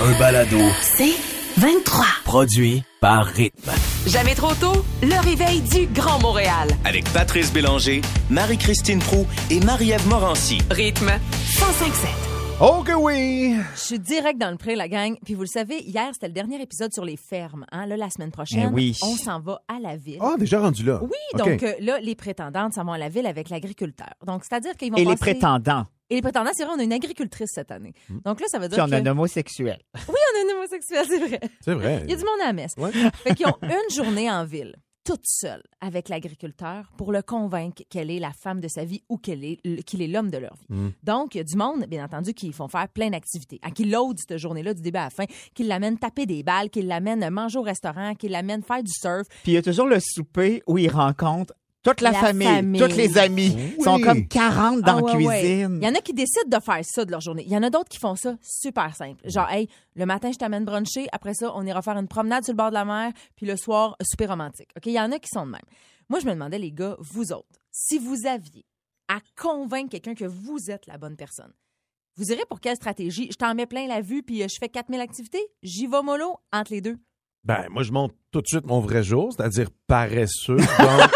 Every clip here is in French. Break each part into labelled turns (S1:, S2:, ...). S1: Un balado.
S2: C'est 23.
S1: Produit par Rythme.
S2: Jamais trop tôt, le réveil du Grand Montréal.
S3: Avec Patrice Bélanger, Marie-Christine Prou et Marie-Ève Morancy.
S2: Rythme 1057.
S4: Oh que oui!
S5: Je suis direct dans le pré, la gang. Puis vous le savez, hier, c'était le dernier épisode sur les fermes. Hein? Là, la semaine prochaine,
S4: Eh oui.
S5: on s'en va à la ville.
S6: Oh!
S4: Ah, déjà rendu là.
S5: Oui,
S4: OK.
S5: donc euh, là, les prétendantes s'en vont à la ville avec l'agriculteur. Donc, c'est-à-dire qu'ils vont
S6: Et les
S5: passer-
S6: prétendants.
S5: Et les prétendants, c'est vrai, on a une agricultrice cette année. Donc là, ça veut
S6: Puis
S5: dire
S6: on
S5: qu'on
S6: a un homosexuel.
S5: a un homosexuel, c'est vrai.
S4: C'est vrai.
S5: Il y a du monde à la messe.
S4: Ouais.
S5: Fait qu'ils ont une journée en ville, toute seule, avec l'agriculteur, pour le convaincre qu'elle est la femme de sa vie ou qu'elle est, qu'il est l'homme de leur vie. Donc, il y a du monde, bien entendu, qui font faire plein d'activités, à qui l'audent cette journée-là du début à la fin, qui l'amène taper des balles, qui l'amène manger au restaurant, qui l'amène faire du surf.
S6: Puis il y a toujours le souper où ils rencontrent toute la,
S5: La
S6: famille,
S5: famille.
S6: toutes les amies. Ils sont
S4: Oui.
S6: comme 40
S5: Ah
S6: dans la
S5: ouais, ouais.
S6: cuisine.
S5: Il y en a qui décident de faire ça de leur journée. Il y en a d'autres qui font ça super simple. Genre, hey, le matin, je t'amène bruncher. Après ça, on ira faire une promenade sur le bord de la mer. Puis le soir, souper romantique. OK? Il y en a qui sont de même. Moi, je me demandais, les gars, vous autres, si vous aviez à convaincre quelqu'un que vous êtes la bonne personne, vous irez pour quelle stratégie? Je t'en mets plein la vue, puis euh, je fais 4000 activités. J'y vais mollo entre les deux.
S4: Ben, moi, je montre tout de suite mon vrai jour, c'est-à-dire paresseux. Donc,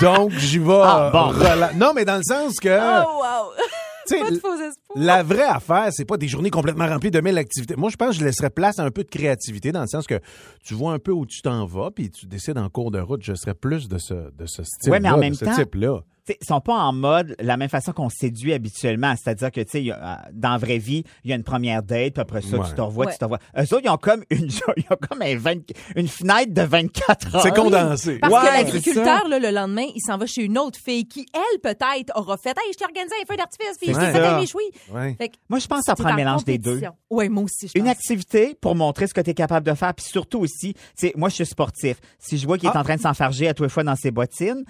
S4: donc j'y vais.
S6: Ah,
S4: euh,
S6: bon.
S4: rela- Non, mais dans le sens que,
S6: Euh,
S5: oh, wow!
S4: tu sais,
S5: Pas de faux espoirs.
S4: la vraie affaire, c'est pas des journées complètement remplies de mille activités. Moi, je pense que je laisserais place à un peu de créativité, dans le sens que tu vois un peu où tu t'en vas, puis tu décides en cours de route. Je serais plus de ce, de ce style-là,
S6: Ouais, mais en même
S4: de ce
S6: temps,
S4: type-là.
S6: T'sais, Ils sont pas en mode la même façon qu'on séduit habituellement. C'est-à-dire que, tu sais, il y a, euh, dans la vraie vie, il y a une première date, puis après ça,
S4: Ouais.
S6: tu te revois,
S5: Ouais.
S6: tu te revois. Eux autres, ils ont comme une, ils ont comme un 20 une fenêtre de 24 heures.
S4: C'est condensé.
S5: Parce
S6: Ouais,
S5: que
S6: c'est
S5: l'agriculteur, là, le lendemain, il s'en va chez une autre fille qui, elle, peut-être, aura fait Hey, je t'ai organisé un feu d'artifice, puis je
S4: C'est
S5: t'ai fait
S6: ça.
S5: un méchoui.
S4: Ouais.
S5: Fait que
S6: Moi, je pense que ça
S5: c'est
S6: prend un
S5: en
S6: mélange des deux.
S5: compétition. Ouais, moi aussi, je
S6: Une
S5: pense.
S6: activité pour montrer ce que tu es capable de faire, puis surtout aussi, tu sais, moi, je suis sportif. Si je vois qu'il est en train de s'enfarger à tous les fois dans ses bottines,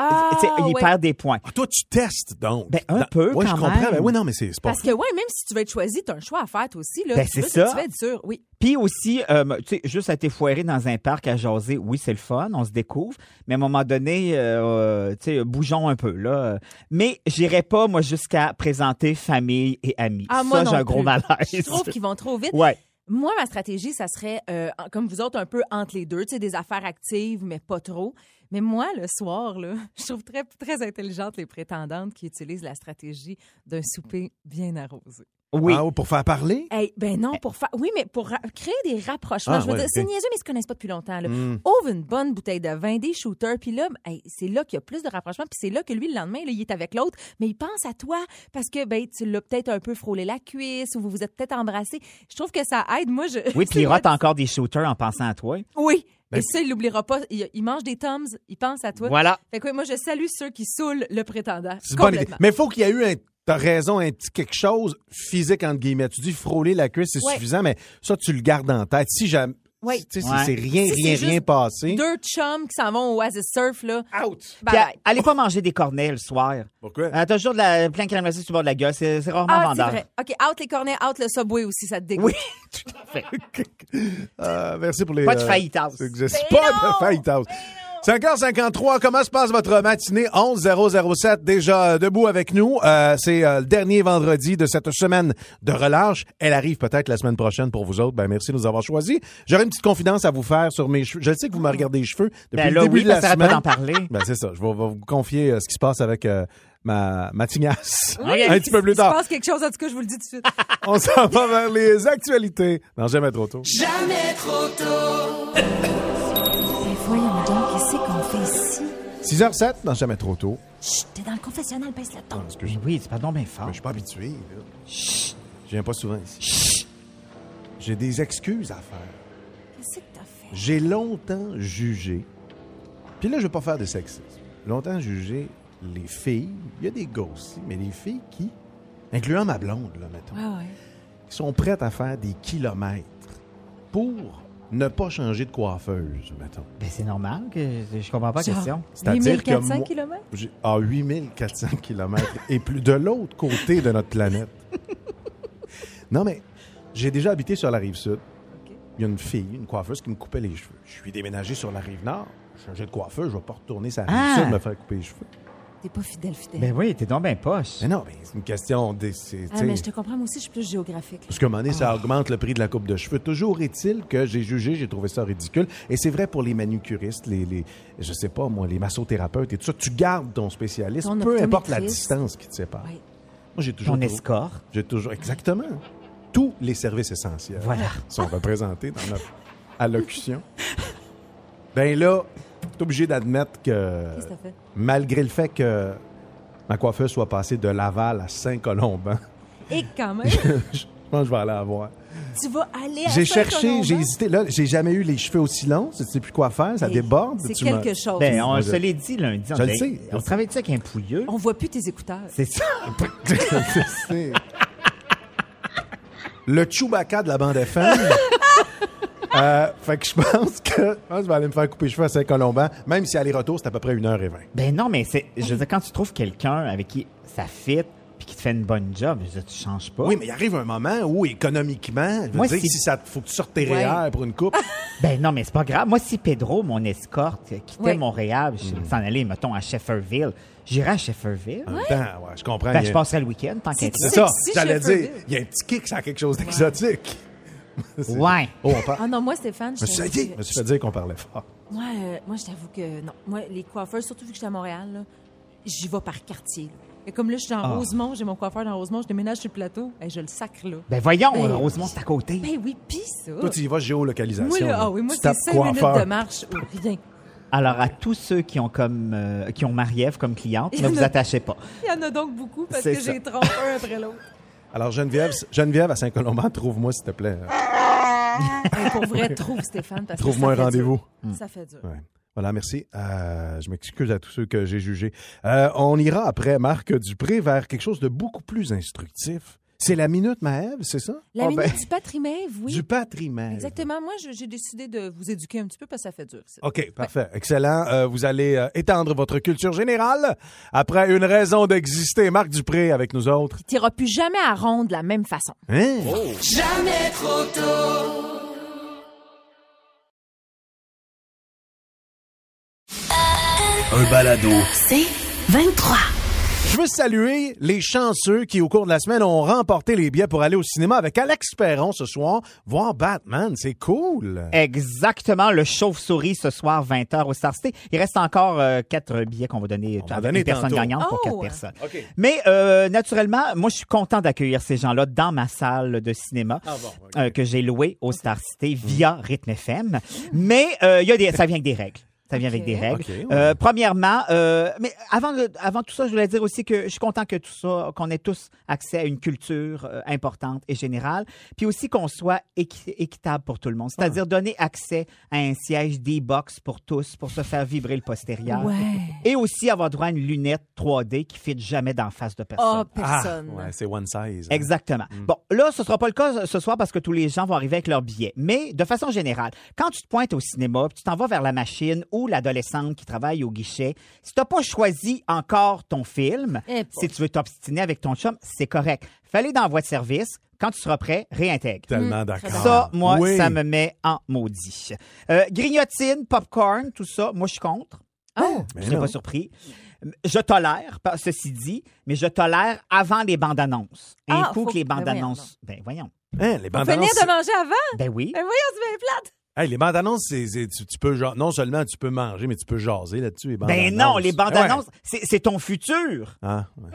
S5: Ah,
S6: tu sais, il
S5: ouais.
S6: perd des points.
S4: Ah, toi, tu testes, donc.
S6: Ben, un peu,
S4: Oui, je
S6: quand
S4: comprends.
S6: même.
S4: Ben, oui, non, mais c'est c'est pas
S5: Parce que, ouais, même si tu veux être choisi, t'as un choix à faire, toi aussi, là.
S6: Ben,
S5: Tu
S6: c'est
S5: veux ce que
S6: ça.
S5: Tu fais être sûr, oui.
S6: Puis aussi, euh, tu sais, juste à été foiré dans un parc à jaser, oui, c'est le fun, on se découvre, mais à un moment donné, euh, euh, tu sais, bougeons un peu, là. Mais j'irai pas, moi, jusqu'à présenter famille et amis.
S5: Ah,
S6: ça,
S5: moi,
S6: j'ai
S5: non
S6: un gros
S5: plus.
S6: malaise.
S5: Je trouve qu'ils vont trop vite.
S6: Ouais.
S5: Moi, ma stratégie, ça serait, euh, en- comme vous autres, un peu entre les deux, tu sais, des affaires actives, mais pas trop. Mais moi, le soir, là, je trouve très, très intelligente les prétendantes qui utilisent la stratégie d'un souper bien arrosé.
S6: Oui.
S4: Ah, pour faire parler?
S5: Hey, ben non, pour faire. Oui, mais pour ra- créer des rapprochements.
S4: Ah,
S5: je veux
S4: ouais,
S5: dire,
S4: ok.
S5: c'est niaiseux, mais ils se connaissent pas depuis longtemps. Là.
S4: Mm.
S5: Ouvre une bonne bouteille de vin, des shooters, puis là, hey, c'est là qu'il y a plus de rapprochements, puis c'est là que lui, le lendemain, là, il est avec l'autre, mais il pense à toi parce que ben, tu l'as peut-être un peu frôlé la cuisse ou vous vous êtes peut-être embrassé. Je trouve que ça aide. Moi, je.
S6: Oui, puis il
S5: c'est
S6: rate
S5: ma-
S6: encore des shooters en pensant à toi.
S5: Oui.
S4: Ben-
S5: Et ça, il l'oubliera pas. Il, il mange des Toms, il pense à toi.
S6: Voilà.
S5: Fait que oui, moi, je salue ceux qui saoulent le prétendant.
S4: C'est une bonne idée.
S5: complètement.
S4: Mais il faut qu'il y ait eu un. T'as raison, un petit quelque chose physique, entre guillemets. Tu dis frôler la cuisse, c'est
S5: Ouais.
S4: suffisant, mais ça, tu le gardes en tête. Si jamais.
S5: Ouais.
S4: Tu sais, si
S6: Ouais.
S4: c'est rien,
S5: Si
S4: rien,
S5: c'est
S4: rien
S5: juste
S4: passé.
S5: Deux chums qui s'en vont au Oasis Surf, là.
S4: Out!
S5: Bye
S6: Puis, ah, euh,
S5: bye.
S6: allez pas manger des cornets le soir.
S4: Pourquoi?
S6: Euh, T'as toujours de la, plein de crème glacée sur le bord de la gueule. C'est c'est rarement
S5: Ah, c'est
S6: vendeur.
S5: vrai. OK, out les cornets, out le subway aussi, ça te dégoûte.
S6: Oui.
S5: Ah,
S4: Euh, merci pour les.
S6: Pas de
S4: euh,
S6: faillite house.
S4: suggestions. Pas de faillite house. 5h53, comment se passe votre matinée? 11007, déjà euh, debout avec nous. Euh, c'est euh, le dernier vendredi de cette semaine de relâche. Elle arrive peut-être la semaine prochaine pour vous autres. Ben, merci de nous avoir choisis. J'aurais une petite confidence à vous faire sur mes cheveux. Je sais que vous me regardez les cheveux depuis
S6: Ben
S4: le
S6: là,
S4: début
S6: oui,
S4: de la
S6: parce que t'arrêtes
S4: semaine.
S6: pas d'en parler.
S4: Ben, c'est ça. Je vais, vais vous confier euh, ce qui se passe avec euh, ma, ma tignasse.
S5: Oui,
S4: Un petit peu plus
S5: il se
S4: tard.
S5: passe quelque chose, en tout cas, je vous le dis tout de suite.
S4: On s'en va vers les actualités. Non, jamais trop tôt.
S2: Mais voyons donc, qu'est-ce qu'on fait ici?
S4: 6h07, non, jamais trop tôt.
S2: Chut, t'es dans le confessionnal, baisse le ton.
S4: Non, excusez.
S6: Oui, c'est pas donc bien fort.
S4: Mais je suis pas habitué. Là. Je viens pas souvent ici. J'ai des excuses à faire.
S2: Qu'est-ce que t'as fait?
S4: J'ai longtemps jugé. Puis là, je vais pas faire de sexisme. Longtemps jugé les filles. Il y a des gars aussi, mais les filles qui incluant ma blonde, là, mettons,
S5: Ouais, ouais.
S4: qui sont prêtes à faire des kilomètres pour ne pas changer de coiffeuse, mettons.
S6: Ben, c'est normal que je, je comprends pas la
S5: Genre,
S6: question.
S4: C'est-à-dire que
S5: 1400
S4: moi-
S5: kilomètres?
S4: J'ai- ah, à 8400 km et plus de l'autre côté de notre planète. Non, mais j'ai déjà habité sur la rive sud. Il y a une fille, une coiffeuse qui me coupait les cheveux. Je suis déménagé sur la rive nord. J'ai changé de coiffeuse, je vais pas retourner sur la rive
S6: Ah!
S4: sud me faire couper les cheveux.
S5: T'es pas fidèle, fidèle.
S6: Ben oui, t'es donc bien poche.
S4: Mais non, mais c'est une question. des- c'est-
S5: ah,
S4: t'sais,
S5: mais je te comprends, moi aussi, je suis plus géographique.
S4: Parce qu'à un moment donné, ça augmente le prix de la coupe de cheveux. Toujours est-il que j'ai jugé, j'ai trouvé ça ridicule. Et c'est vrai pour les manucuristes, les, les je sais pas moi, les massothérapeutes et tout ça. Tu gardes ton spécialiste,
S5: Ton
S4: peu importe la
S5: optométriste.
S4: distance qui te sépare.
S5: Oui.
S4: Moi, j'ai toujours.
S6: Ton
S4: trouvé-
S6: escorte.
S4: J'ai toujours. Exactement. Tous les services essentiels
S6: Voilà.
S4: sont représentés dans notre allocution. Ben là, t'es obligé d'admettre que,
S5: Qu'est-ce que t'as fait?
S4: malgré le fait que ma coiffeuse soit passée de Laval à Saint-Colomban, euh,
S5: Et quand même,
S4: je pense que je vais aller la voir.
S5: tu vas aller à
S4: J'ai
S5: Saint-Colomban?
S4: cherché, j'ai hésité. Là, j'ai jamais eu les cheveux aussi longs. Je sais plus quoi faire. Ça
S5: Hey,
S4: déborde.
S5: C'est
S4: Tu me-
S5: quelque chose.
S6: Ben,
S5: on...
S6: on se l'est dit lundi. on
S4: Je le
S6: dit,
S4: sais.
S6: On travaille-tu avec un pouilleux?
S5: voit plus tes écouteurs.
S6: C'est ça.
S4: C'est- Le Chewbacca de la bande FM. euh, fait que je pense que je pense que je vais aller me faire couper les cheveux à Saint-Colomban, même si aller-retour, c'est à peu près 1h20.
S6: Ben non, mais c'est. Je veux dire, quand tu trouves quelqu'un avec qui ça fit puis qui te fait une bonne job, je veux dire, tu changes pas.
S4: Oui, mais il arrive un moment où, économiquement, je veux
S6: Moi,
S4: dire,
S6: c'est-
S4: si ça te- faut que tu sortes tes
S5: Ouais.
S4: REER pour une coupe,
S6: Ben non, mais c'est pas grave. Moi, si Pedro, mon escorte, quittait
S5: Ouais.
S6: Montréal, je
S4: Mm.
S6: s'en allait, mettons, à Shefferville, j'irais à Shefferville.
S4: en même temps, ouais, je comprends.
S6: Ben,
S4: Ah, il y a-
S6: je passerais le week-end tant
S5: C'est
S6: qu'être
S5: tout
S6: là.
S4: C'est ça,
S5: Sexy
S4: j'allais dire,
S5: Shefferville.
S4: il y a un petit kick, ça a quelque chose d'exotique. C'est-
S6: Ouais.
S4: Oh, on parle.
S5: Ah non, moi, Stéphane, je
S4: Je me suis
S5: t'avoue
S4: fait dire- je
S5: que-
S4: me suis fait dire qu'on parlait fort.
S5: Moi, euh, moi je t'avoue que non. Moi, les coiffeurs, surtout vu que j'étais à Montréal, là, j'y vais par quartier. là. Et comme là, je suis
S4: Ah.
S5: dans Rosemont, j'ai mon coiffeur dans Rosemont, je déménage sur le plateau, et je le sacre là.
S6: Ben voyons,
S5: Ben-
S6: Rosemont, c'est à côté.
S5: Ben oui, pis ça.
S4: Toi, tu y vas géolocalisation.
S5: Moi, là, ah oui, moi, c'est cinq minutes de marche ou rien.
S6: Alors, à tous ceux qui ont comme euh, qui ont Marie-Ève comme cliente,
S5: Il y
S6: ne
S5: en
S6: vous
S5: a-
S6: attachez pas.
S5: Il y en a donc beaucoup parce
S4: C'est
S5: que
S4: ça.
S5: j'ai trompé un après l'autre.
S4: Alors, Geneviève, Geneviève à Saint-Colomban, trouve-moi, s'il te plaît.
S5: Hey, pour vrai, trouve Stéphane. parce que
S4: Trouve-moi
S5: Ah, ça
S4: un
S5: fait dur.
S4: rendez-vous. Hmm.
S5: Ça fait dur.
S4: Ouais. Voilà, merci. Euh, je m'excuse à tous ceux que j'ai jugés. Euh, on ira après Marc Dupré vers quelque chose de beaucoup plus instructif. C'est la minute, Maëve, c'est ça?
S5: La
S4: Ah,
S5: minute
S4: ben,
S5: du patrimève, oui.
S4: Du patrimoine.
S5: Exactement. Moi, je- j'ai décidé de vous éduquer un petit peu parce que ça fait dur. ça.
S4: OK, parfait. Excellent. Euh, vous allez euh, étendre votre culture générale après une raison d'exister. Marc Dupré avec nous autres.
S5: T'iras plus jamais à ronde de la même façon.
S4: Hein?
S1: Oh. un balado,
S7: C'est 23.
S4: Je veux saluer les chanceux qui, au cours de la semaine, ont remporté les billets pour aller au cinéma avec Alex Perron ce soir, voir Batman. C'est cool.
S6: Exactement, le chauve-souris ce soir, 20h au Star City. Il reste encore euh, quatre billets qu'on va donner
S4: va
S6: à
S4: donner
S6: une personne
S4: tantôt.
S6: gagnante pour
S5: Oh!
S6: quatre personnes. Mais euh, naturellement, moi, je suis content d'accueillir ces gens-là dans ma salle de cinéma
S4: Ah,
S6: euh, que j'ai louée au Star City
S4: Mm.
S6: via Rythme FM. Mais euh, il y a des, ça vient avec des règles. Ça vient avec
S5: Ok.
S6: des règles.
S4: Ok, ouais.
S6: Euh, premièrement, euh, mais avant, de- avant tout ça, je voulais dire aussi que je suis content que tout ça, qu'on ait tous accès à une culture euh, importante et générale, puis aussi qu'on soit équi- équitable pour tout le monde, c'est-à-dire donner accès à un siège des box pour tous, pour se faire vibrer le postérieur, et aussi avoir droit à une lunette 3D qui fit jamais d'en face de
S5: Oh,
S6: personne.
S5: personne.
S4: Ah, ouais, c'est one size. hein.
S6: Exactement. Bon, là, ce sera pas le cas ce soir parce que tous les gens vont arriver avec leur billet. Mais de façon générale, quand tu te pointes au cinéma, puis tu t'en vas vers la machine ou l'adolescente qui travaille au guichet, si t'as pas choisi encore ton film,
S5: Eh, pas.
S6: si tu veux t'obstiner avec ton chum, c'est correct. Fallait dans la voie de service. Quand tu seras prêt, réintègre.
S4: Tellement d'accord.
S6: Mm, Ça, moi,
S4: Ah, Oui.
S6: ça me met en maudit. Euh, grignotine, popcorn, tout ça, moi, je suis contre.
S5: Oh,
S6: Je serais pas surpris. Je tolère, par- ceci dit, mais je tolère avant les bandes annonces. Un
S5: Ah,
S6: coup
S5: faut
S6: que les
S5: que- ben
S6: bandes annonces. Ben voyons.
S4: Hein, les bandes
S5: venir
S4: annonces.
S5: de manger avant.
S6: Ben oui.
S5: Ben voyons, c'est bien plate.
S4: Hey, les bandes annonces, c'est, c'est- tu, tu peux genre, non seulement tu peux manger, mais tu peux jaser là-dessus. Les bandes
S6: Ben non, les bandes annonces, c'est c'est ton futur.
S4: Ah, ouais.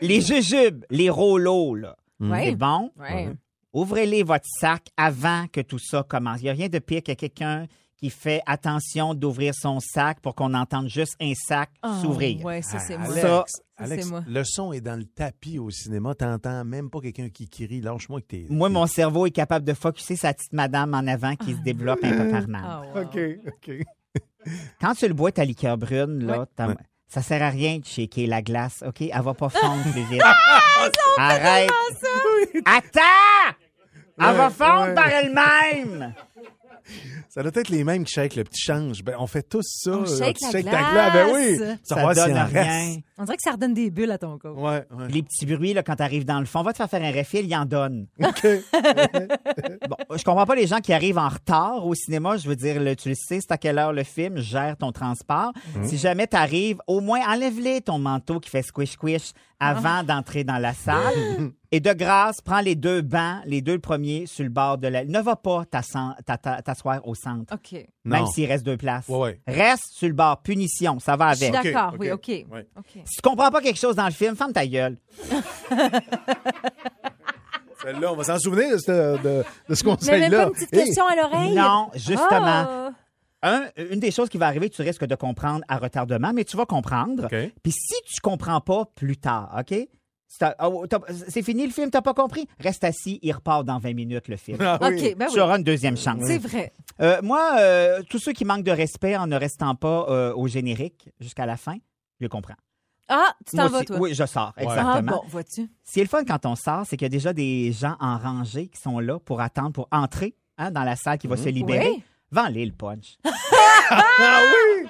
S6: Les jujubes, les rouleaux, là.
S5: Ouais.
S6: C'est bon?
S5: Ouais.
S6: Ouvrez-les votre sac avant que tout ça commence. Il n'y a rien de pire que quelqu'un qui fait attention d'ouvrir son sac pour qu'on entende juste un sac
S5: Ah,
S6: s'ouvrir.
S5: Ouais, ça, c'est
S4: Ah,
S5: moi.
S4: Alex,
S6: Ça,
S4: Alex,
S5: c'est moi.
S4: le son est dans le tapis au cinéma. T'entends même pas quelqu'un qui, qui rit. Lâche-moi que t'es.
S6: Moi, mon cerveau est capable de focusser sa petite madame en avant qui se développe un peu par mal.
S5: Ah, wow.
S4: OK.
S6: Quand tu le bois ta liqueur brune, là, t'as- Ça sert à rien de shaker la glace, OK? Elle va pas fondre plus vite. Arrête!
S5: Ah,
S6: Attends! Elle va fondre
S4: ouais.
S6: par elle-même!
S4: Ça doit être les mêmes qui shake le petit change. Ben, on fait tous ça.
S5: On
S4: euh,
S5: shake
S4: tu
S5: la
S4: shakes
S5: glace.
S4: Ben oui.
S6: Ça,
S4: Savoir s'il
S6: donne
S4: en
S6: rien.
S4: reste.
S5: On dirait que ça redonne des bulles à ton corps.
S4: Ouais, ouais.
S6: Les petits bruits, là, quand t'arrives dans le fond, va te faire faire un refill, il en donne.
S4: OK.
S6: Bon, je comprends pas les gens qui arrivent en retard au cinéma. Je veux dire, le, tu le sais, c'est à quelle heure le film gère ton transport.
S4: Mhm.
S6: Si jamais tu arrives, au moins enlève-les ton manteau qui fait squish-squish avant
S4: Ah.
S6: d'entrer dans la salle. Et de grâce, prends les deux bancs, les deux premiers sur le bord de la... Ne va pas t'assen- t'a- t'a- t'asseoir au centre,
S5: OK. Je
S6: même
S4: Non.
S6: s'il reste deux places.
S4: Ouais, ouais.
S6: Reste sur le bord. Punition, ça va
S5: suis
S6: avec.
S5: d'accord,
S4: OK,
S5: oui, OK.
S4: OK. Ouais.
S5: OK.
S6: Si tu comprends pas quelque chose dans le film, ferme ta gueule.
S4: Celle-là, on va s'en souvenir de ce, de, de ce
S5: Mais même pas
S4: conseil-là.
S5: une petite
S4: Hey,
S5: question à l'oreille?
S6: Non,
S5: Ah!
S6: justement. un, une des choses qui va arriver, tu risques de comprendre à retardement, mais tu vas comprendre.
S4: OK.
S6: Puis si tu comprends pas plus tard, OK? Si t'as- oh, t'as- C'est fini le film, t'as pas compris? Reste assis, il repart dans 20 minutes le film.
S4: Ah oui.
S5: OK, ben
S6: tu
S5: oui.
S6: auras une deuxième chance.
S5: C'est vrai.
S6: Euh, moi, euh, tous ceux qui manquent de respect en ne restant pas euh, au générique jusqu'à la fin, je comprends.
S5: Ah, tu t'en
S6: Moi
S5: vas,
S6: aussi-
S5: toi.
S6: Oui, je sors,
S5: Ah,
S6: exactement.
S5: bon, vois-tu?
S6: Ce qui est le fun quand on sort, c'est qu'il y a déjà des gens en rangée qui sont là pour attendre, pour entrer hein, dans la salle qui va se libérer.
S5: Mm-hmm. Oui.
S6: Vends-les le punch.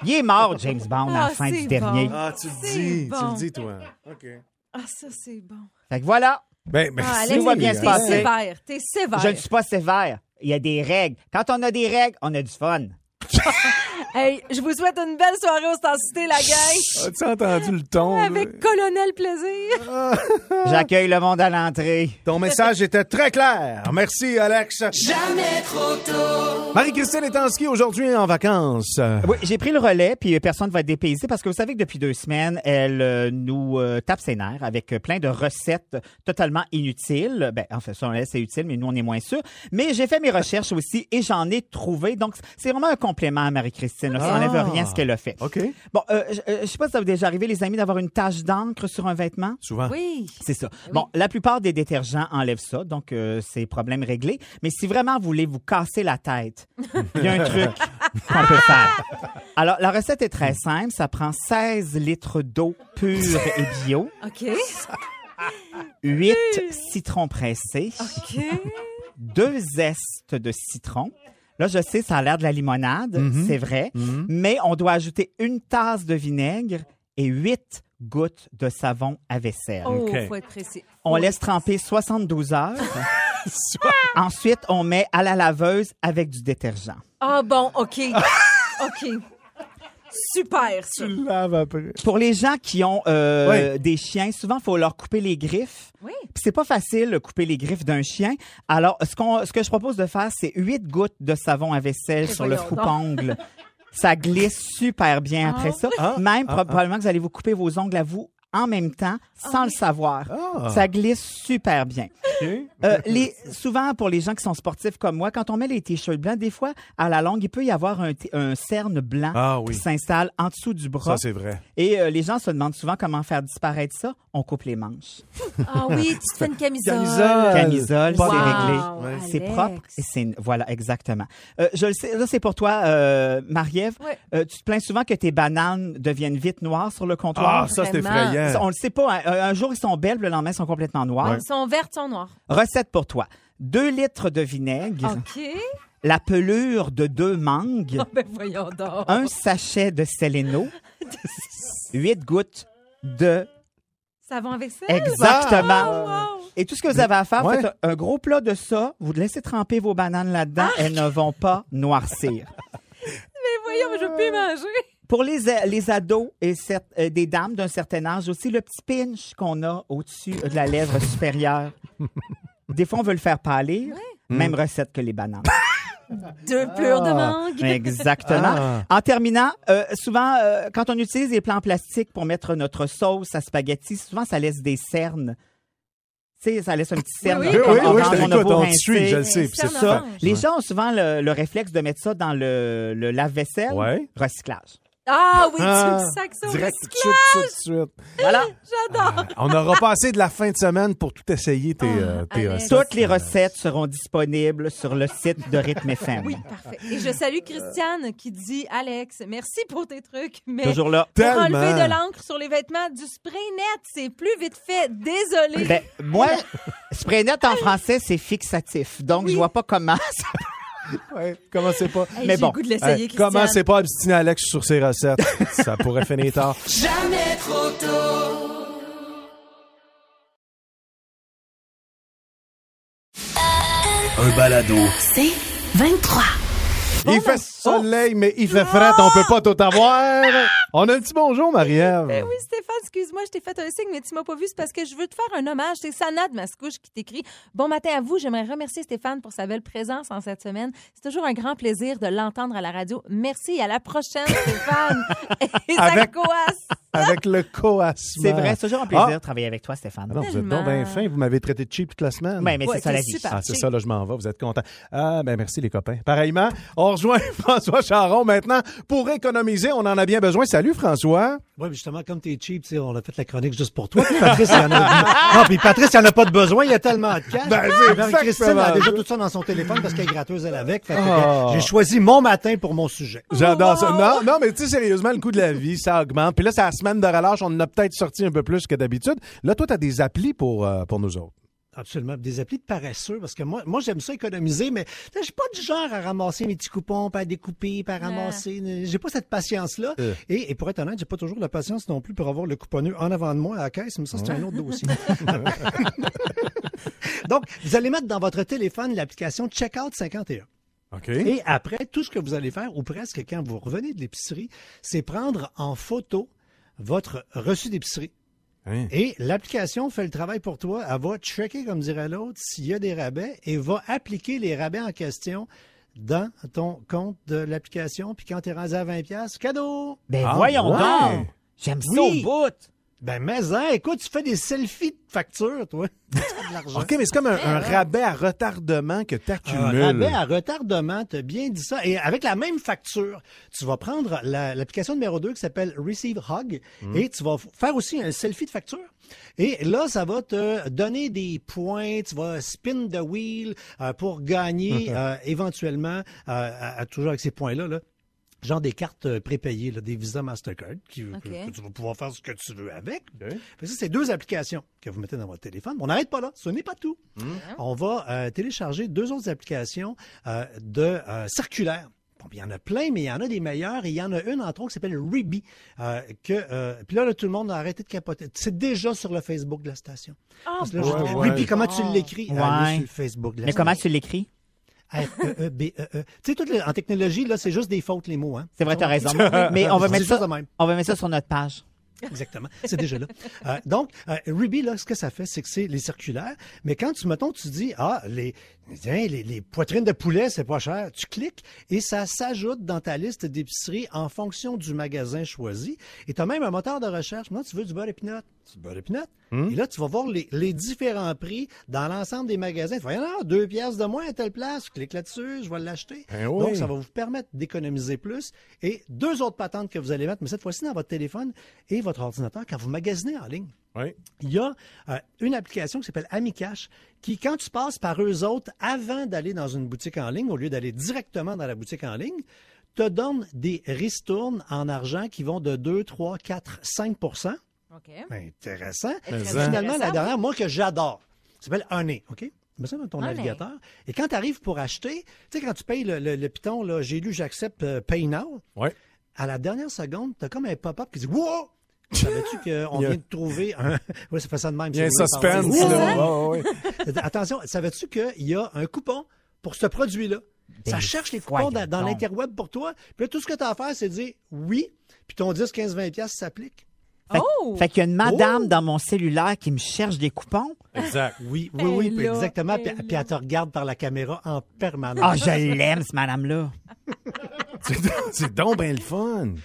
S6: Il est mort, James Bond, à
S5: Ah,
S6: la fin
S5: c'est
S6: du dernier.
S5: bon.
S4: Ah, tu le
S5: C'est
S4: dis. Tu
S5: bon.
S4: le dis, toi. OK.
S5: Ah, ça, c'est bon.
S6: Fait que voilà,
S4: Ben,
S5: Ah,
S4: merci.
S5: Alex,
S6: va bien se
S5: t'es
S6: passer.
S5: sévère. T'es sévère.
S6: je ne suis pas sévère. Il y a des règles. Quand on a des règles, on a du fun.
S5: Hey, je vous souhaite une belle soirée au Star Cité, la gang.
S4: As-tu entendu le ton? euh? là?
S5: Avec Colonel Plaisir.
S6: J'accueille le monde à l'entrée.
S4: Ton message était très clair. Merci, Alex. Jamais trop tôt. Marie-Christine est en ski aujourd'hui en vacances. Euh,
S6: Oui, j'ai pris le relais, puis euh, personne ne va être dépaysé parce que vous savez que depuis deux semaines, elle euh, nous euh, tape ses nerfs avec euh, plein de recettes totalement inutiles. Ben, en fait, ça, c'est utile, mais nous, on est moins sûrs. Mais j'ai fait mes recherches aussi et j'en ai trouvé. Donc, c'est vraiment un complément à Marie-Christine. là. Ça
S4: Ah.
S6: n'enlève rien à ce qu'elle a fait.
S4: OK.
S6: Bon, euh, je euh, je sais pas si ça vous est déjà arrivé, les amis, d'avoir une tache d'encre sur un vêtement.
S4: Souvent.
S5: Oui.
S6: C'est ça. Bon, la plupart des détergents enlèvent ça, donc euh, c'est problème réglé. Mais si vraiment vous voulez vous casser la tête, il y a un truc qu'on peut faire. Alors, la recette est très simple. Ça prend 16 litres d'eau pure et bio,
S5: OK.
S6: 8 citrons pressés,
S5: OK.
S6: 2 zestes de citron. Là, je sais, ça a l'air de la limonade, c'est vrai, mais on doit ajouter une tasse de vinaigre et 8 gouttes de savon à vaisselle.
S5: Oh,
S4: OK.
S5: faut être précis.
S6: On laisse tremper 72 heures. Ensuite, on met à la laveuse avec du détergent.
S5: Ah, bon, OK. OK. Super, ça.
S4: Lave après.
S6: Pour les gens qui ont euh, des chiens, souvent, il faut leur couper les griffes.
S5: Oui.
S6: Puis C'est pas facile de couper les griffes d'un chien. Alors, ce, qu'on- ce que je propose de faire, c'est huit gouttes de savon à vaisselle
S5: Et
S6: sur le
S5: voyons
S6: froupongle. Ça glisse super bien après ça. Même probablement que vous allez vous couper vos ongles à vous en même temps, sans le savoir. Ça glisse super bien. Euh, les, souvent, pour les gens qui sont sportifs comme moi, quand on met les t-shirts blancs, des fois, à la longue, il peut y avoir un, t- un cerne blanc
S4: Ah oui.
S6: qui s'installe en dessous du bras.
S4: Ça, c'est vrai.
S6: Et euh, les gens se demandent souvent comment faire disparaître ça. On coupe les manches.
S5: Ah oui, tu te fais une camisole.
S4: Camisole.
S6: Camisole,
S5: Euh, Wow,
S6: c'est réglé.
S5: Alex.
S6: C'est propre. et c'est Voilà, exactement. Euh, je le sais, là, c'est pour toi, euh, Marie-Ève.
S5: Ouais.
S6: Euh, tu te plains souvent que tes bananes deviennent vite noires sur le comptoir.
S4: Ah, ça, c'est
S5: Vraiment.
S4: effrayant.
S6: On le sait pas. hein. Un, un jour, ils sont belles, puis le lendemain, ils sont complètement noires.
S5: Ils sont vertes, ils sont noires.
S6: Recette pour toi. 2 litres de vinaigre,
S5: OK.
S6: la pelure de deux mangues,
S5: Ben voyons donc.
S6: un sachet de Seleno, 8 gouttes de...
S5: Savon avec ça?
S6: Exactement.
S5: Wow.
S6: Et tout ce que vous avez à faire,
S4: Ouais.
S6: faites un un gros plat de ça, vous laissez tremper vos bananes là-dedans,
S5: Ah!
S6: elles ne vont pas noircir.
S5: Ben voyons, je veux plus manger.
S6: Pour les, a- les ados et cer- euh, des dames d'un certain âge aussi, le petit pinch qu'on a au-dessus de la lèvre supérieure, des fois on veut le faire pâlir, même recette que les bananes.
S5: Deux pleurs de mangue.
S6: Exactement. En terminant, euh, souvent, euh, quand on utilise des plans plastiques pour mettre notre sauce à spaghetti, souvent, ça laisse des cernes. Tu sais, ça laisse un petit cerne.
S5: Oui,
S4: Oui,
S6: comme
S4: oui, oui,
S6: orange,
S4: je
S6: on a
S4: t'écoute,
S6: beau
S4: on te
S6: rincer.
S4: suit, je le sais.
S5: Mais
S4: puis c'est
S5: ça,
S6: Ça,
S4: fait.
S6: les gens ont souvent le, le réflexe de mettre ça dans le, le lave-vaisselle.
S4: Ouais.
S6: Recyclage.
S5: Ah oui,
S4: Ah,
S5: tu me sacs ça au
S4: Direct, tout de
S5: recyclage.
S4: suite, tout de suite.
S6: Voilà.
S5: J'adore.
S4: On aura passé de la fin de semaine pour tout essayer, tes, euh, tes
S5: Alex.
S4: recettes.
S6: Toutes les recettes seront disponibles sur le site de Rythme FM.
S5: Oui, parfait. Et je salue Christiane qui dit Alex, merci pour tes trucs, mais
S6: Toujours là.
S5: pour
S4: Tellement.
S5: enlever de l'encre sur les vêtements, du spray net, c'est plus vite fait. Désolée.
S6: Ben, moi, spray net en français, c'est fixatif. Donc, je vois pas comment ça
S4: Ouais, commencez pas.
S5: Hey,
S6: mais
S5: j'ai
S6: bon.
S5: le goût de l'essayer,
S4: Hey,
S5: Christiane.
S4: commencez pas à obstiner Alex sur ses recettes. Ça pourrait finir tard.
S1: un balado,
S7: 23.
S4: Il fait soleil, mais il fait fret. On peut pas tout avoir.
S6: Ah!
S4: On a un petit bonjour, Marie-Ève.
S6: Eh
S5: Ben oui, Stéphane, excuse-moi, je t'ai fait un signe, mais tu m'as pas vu. C'est parce que je veux te faire un hommage. C'est Sana de Mascouche qui t'écrit Bon matin à vous. J'aimerais remercier Stéphane pour sa belle présence en cette semaine. C'est toujours un grand plaisir de l'entendre à la radio. Merci et à la prochaine, Stéphane. Et ça
S4: Avec-
S5: coasse.
S4: Avec le coasma.
S6: C'est vrai, c'est toujours un plaisir
S4: Ah.
S6: de travailler avec toi, Stéphane.
S4: Ah non, vous êtes donc bien fin. Vous m'avez traité de cheap toute la semaine.
S6: Ouais, Ben, mais
S5: Ouais,
S6: c'est ça
S5: t'es
S6: la vie.
S5: super.
S4: Ah, c'est ça, là, je m'en vais. Vous êtes contents. Ah, ben merci, les copains. Pareillement, on rejoint François Charon maintenant pour économiser. On en a bien besoin. Salut, François.
S8: Oui, justement, comme t'es cheap, tu sais, on a fait la chronique juste pour toi. Puis Patrice, il y en a. Non, Ah, puis Patrice, il en a pas de besoin, il y a tellement de cash.
S4: Ben, c'est
S8: Puis
S4: exactement
S8: Christine elle a
S4: ça.
S8: déjà tout ça dans son téléphone parce qu'elle est gratteuse, elle avec. Fait que,
S4: Ah.
S8: euh, J'ai choisi mon matin pour mon sujet.
S4: J'adore ça. Non, non, mais tu sais, sérieusement, le coût de la vie, ça augmente. Puis là, c'est la semaine de relâche. On en a peut-être sorti un peu plus que d'habitude. Là, toi, tu as des applis pour, euh, pour nous autres.
S8: Absolument. Des applis de paresseux, parce que moi, moi j'aime ça économiser, mais tu sais, je suis pas du genre à ramasser mes petits coupons, pas à découper, pas à ramasser. J'ai pas cette patience-là.
S4: Euh.
S8: Et, et pour être honnête, j'ai pas toujours la patience non plus pour avoir le couponneux en avant de moi à la caisse, mais ça, c'est un autre dossier. Donc, vous allez mettre dans votre téléphone l'application Checkout 51.
S4: OK.
S8: Et après, tout ce que vous allez faire, ou presque quand vous revenez de l'épicerie, c'est prendre en photo votre reçu d'épicerie.
S4: Hein.
S8: Et l'application fait le travail pour toi. Elle va checker, comme dirait l'autre, s'il y a des rabais et va appliquer les rabais en question dans ton compte de l'application. Puis quand tu es rendu à 20$, cadeau!
S6: Ben
S4: Ah,
S6: voyons
S4: ouais.
S6: donc. J'aime ça au
S8: Oui.
S6: bout.
S8: Ben, mais hein, écoute, tu fais des selfies de facture, toi. Tu fais de l'argent.
S4: OK, mais c'est comme un, un rabais à retardement que tu accumules.
S8: Un rabais Ah, ben, à retardement, t'as bien dit ça. Et avec la même facture, tu vas prendre la- l'application numéro 2 qui s'appelle Receive Hug et tu vas f- faire aussi un selfie de facture. Et là, ça va te donner des points, tu vas spin the wheel euh, pour gagner euh, éventuellement, euh, à- à- toujours avec ces points-là, là, genre des cartes euh, prépayées, là, des Visa Mastercard, qui, que- que, tu vas pouvoir faire ce que tu veux avec. Fait que Ça, c'est deux applications que vous mettez dans votre téléphone. Mais On n'arrête pas là, ce n'est pas tout.
S6: Hmm.
S8: On va euh, télécharger deux autres applications euh, de euh, circulaires. Bon, il y en a plein, mais il y en a des meilleurs. Et il y en a une, entre autres, qui s'appelle Ruby. euh, que, euh, puis là, là, tout le monde a arrêté de capoter. C'est déjà sur le Facebook de la station.
S5: Ah,
S8: Parce que là,
S5: bon. Ah.
S8: je-
S4: ouais.
S8: Ruby, comment tu l'écris?
S6: Ouais.
S8: Allez sur le Facebook de la
S6: Mais comment
S8: station.
S6: tu l'écris?
S8: E R-E-E-B-E-E. Tu sais, tout le- en technologie, là, c'est juste des fautes, les mots. Hein?
S6: C'est vrai, t'as raison. Mais on va, mettre ça, on va mettre ça sur notre page.
S8: Exactement. C'est déjà là. Euh, donc, euh, Ruby, là, ce que ça fait, c'est que c'est les circulaires. Mais quand tu, mettons, tu dis, ah, les, tiens, les, les poitrines de poulet, c'est pas cher, tu cliques et ça s'ajoute dans ta liste d'épicerie en fonction du magasin choisi. Et tu as même un moteur de recherche. Moi, tu veux du beurre épinot. Du beurre épinot.
S4: Hmm.
S8: Et là, tu vas voir les, les différents prix dans l'ensemble des magasins. Tu vas, ah, deux pièces de moins à telle place. Clique là-dessus, je vais l'acheter.
S4: Ben oui.
S8: Donc, ça va va vous permettre d'économiser plus. Et deux autres patentes que vous allez mettre, mais cette fois-ci dans votre téléphone et votre ordinateur, quand vous magasinez en ligne.
S4: Oui.
S8: Il y a euh, une application qui s'appelle AmiCash qui, quand tu passes par eux autres avant d'aller dans une boutique en ligne, au lieu d'aller directement dans la boutique en ligne, te donne des ristournes en argent qui vont de 2, 3, 4, 5
S5: OK.
S8: Intéressant.
S5: Très
S8: Puis
S4: hein.
S8: Finalement, la
S5: intéressant.
S8: dernière, moi, que j'adore, ça s'appelle Honey, OK? Tu mets ça dans ton
S5: Honey.
S8: navigateur. Et quand tu arrives pour acheter, tu sais, quand tu payes le, le- le piton, là, j'ai lu, j'accepte, euh, Pay Now,
S4: Ouais.
S8: à la dernière seconde, t'as comme un pop-up qui dit Wow! Savais-tu qu'on vient de trouver un. Oui, ça fait ça de même.
S4: Il y a un
S8: si vous voulez
S4: suspense.
S8: parler.
S4: là. Ouais, ouais, ouais.
S8: Attention, savais-tu qu'il y a un coupon pour ce produit-là? Ça cherche les
S6: voyons
S8: coupons dans, dans
S6: donc.
S8: l'interweb pour toi. Puis là, tout ce que tu as à faire, c'est dire oui, puis ton 10, 15, 20 piastres s'applique.
S6: Fait,
S5: Oh!
S6: fait qu'il y a une madame
S8: Oh!
S6: dans mon cellulaire qui me cherche des coupons.
S4: Exact.
S8: Oui, oui, oui,
S5: Elle
S8: puis
S5: Ben là,
S8: exactement.
S5: elle
S8: Puis,
S5: là.
S8: puis elle te regarde par la caméra en permanence.
S6: Ah, je l'aime, cette madame-là.
S5: Ah.
S4: C'est donc bien le fun.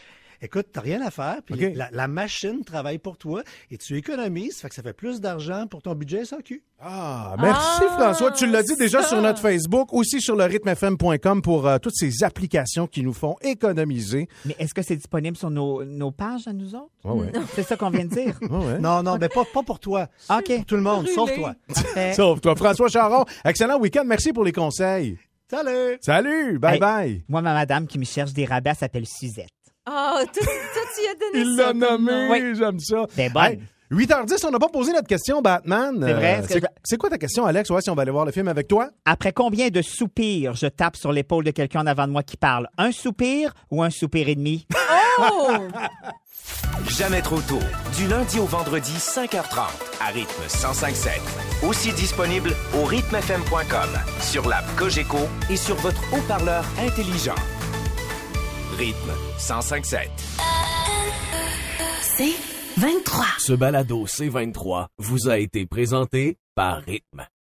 S8: Écoute, t'as rien à faire, puis
S4: OK.
S8: la, la machine travaille pour toi et tu économises, fait que ça fait plus d'argent pour ton budget SAQ.
S4: Ah, merci
S5: Ah,
S4: François. Tu l'as dit déjà
S5: ça.
S4: sur notre Facebook, aussi sur le rythmefm.com pour euh, toutes ces applications qui nous font économiser.
S6: Mais est-ce que c'est disponible sur nos, nos pages à nous autres?
S4: Ouais, ouais.
S6: C'est ça qu'on vient de dire?
S5: Mm.
S4: Ouais, ouais.
S8: Non, non, mais pas, pas pour toi.
S6: OK.
S8: Pour tout le monde,
S5: Hein?
S8: sauf
S5: Ah, Brûlé.
S8: toi.
S6: Parfait.
S4: Sauf toi, François Charon. Excellent week-end. Merci pour les conseils.
S8: Salut!
S4: Salut. Bye
S6: Hey.
S4: bye.
S6: Moi, ma madame qui me cherche des rabais elle s'appelle Suzette.
S5: Ah, toi, toi, tu y as donné
S4: Il
S5: ça
S4: l'a
S5: comme
S4: nommé.
S5: nom.
S4: J'aime ça.
S6: Ben, bonne.
S4: 8h10, on n'a pas posé notre question, Batman.
S6: C'est vrai,
S4: Euh,
S6: est-ce que
S4: c'est-
S6: je-
S4: C'est quoi ta question, Alex? Ouais, si on va aller voir le film avec toi?
S6: Après combien de soupirs je tape sur l'épaule de quelqu'un en avant de moi qui parle? Un soupir ou un soupir et demi?
S5: Oh!
S3: Jamais trop tôt. Du lundi au vendredi, 5h30, à rythme 105.7. Aussi disponible au rythmefm.com, sur l'app Cogeco et sur votre haut-parleur intelligent. Rythme 105.7.
S2: C'est 23.
S7: Ce balado C23 vous a été présenté par Rythme.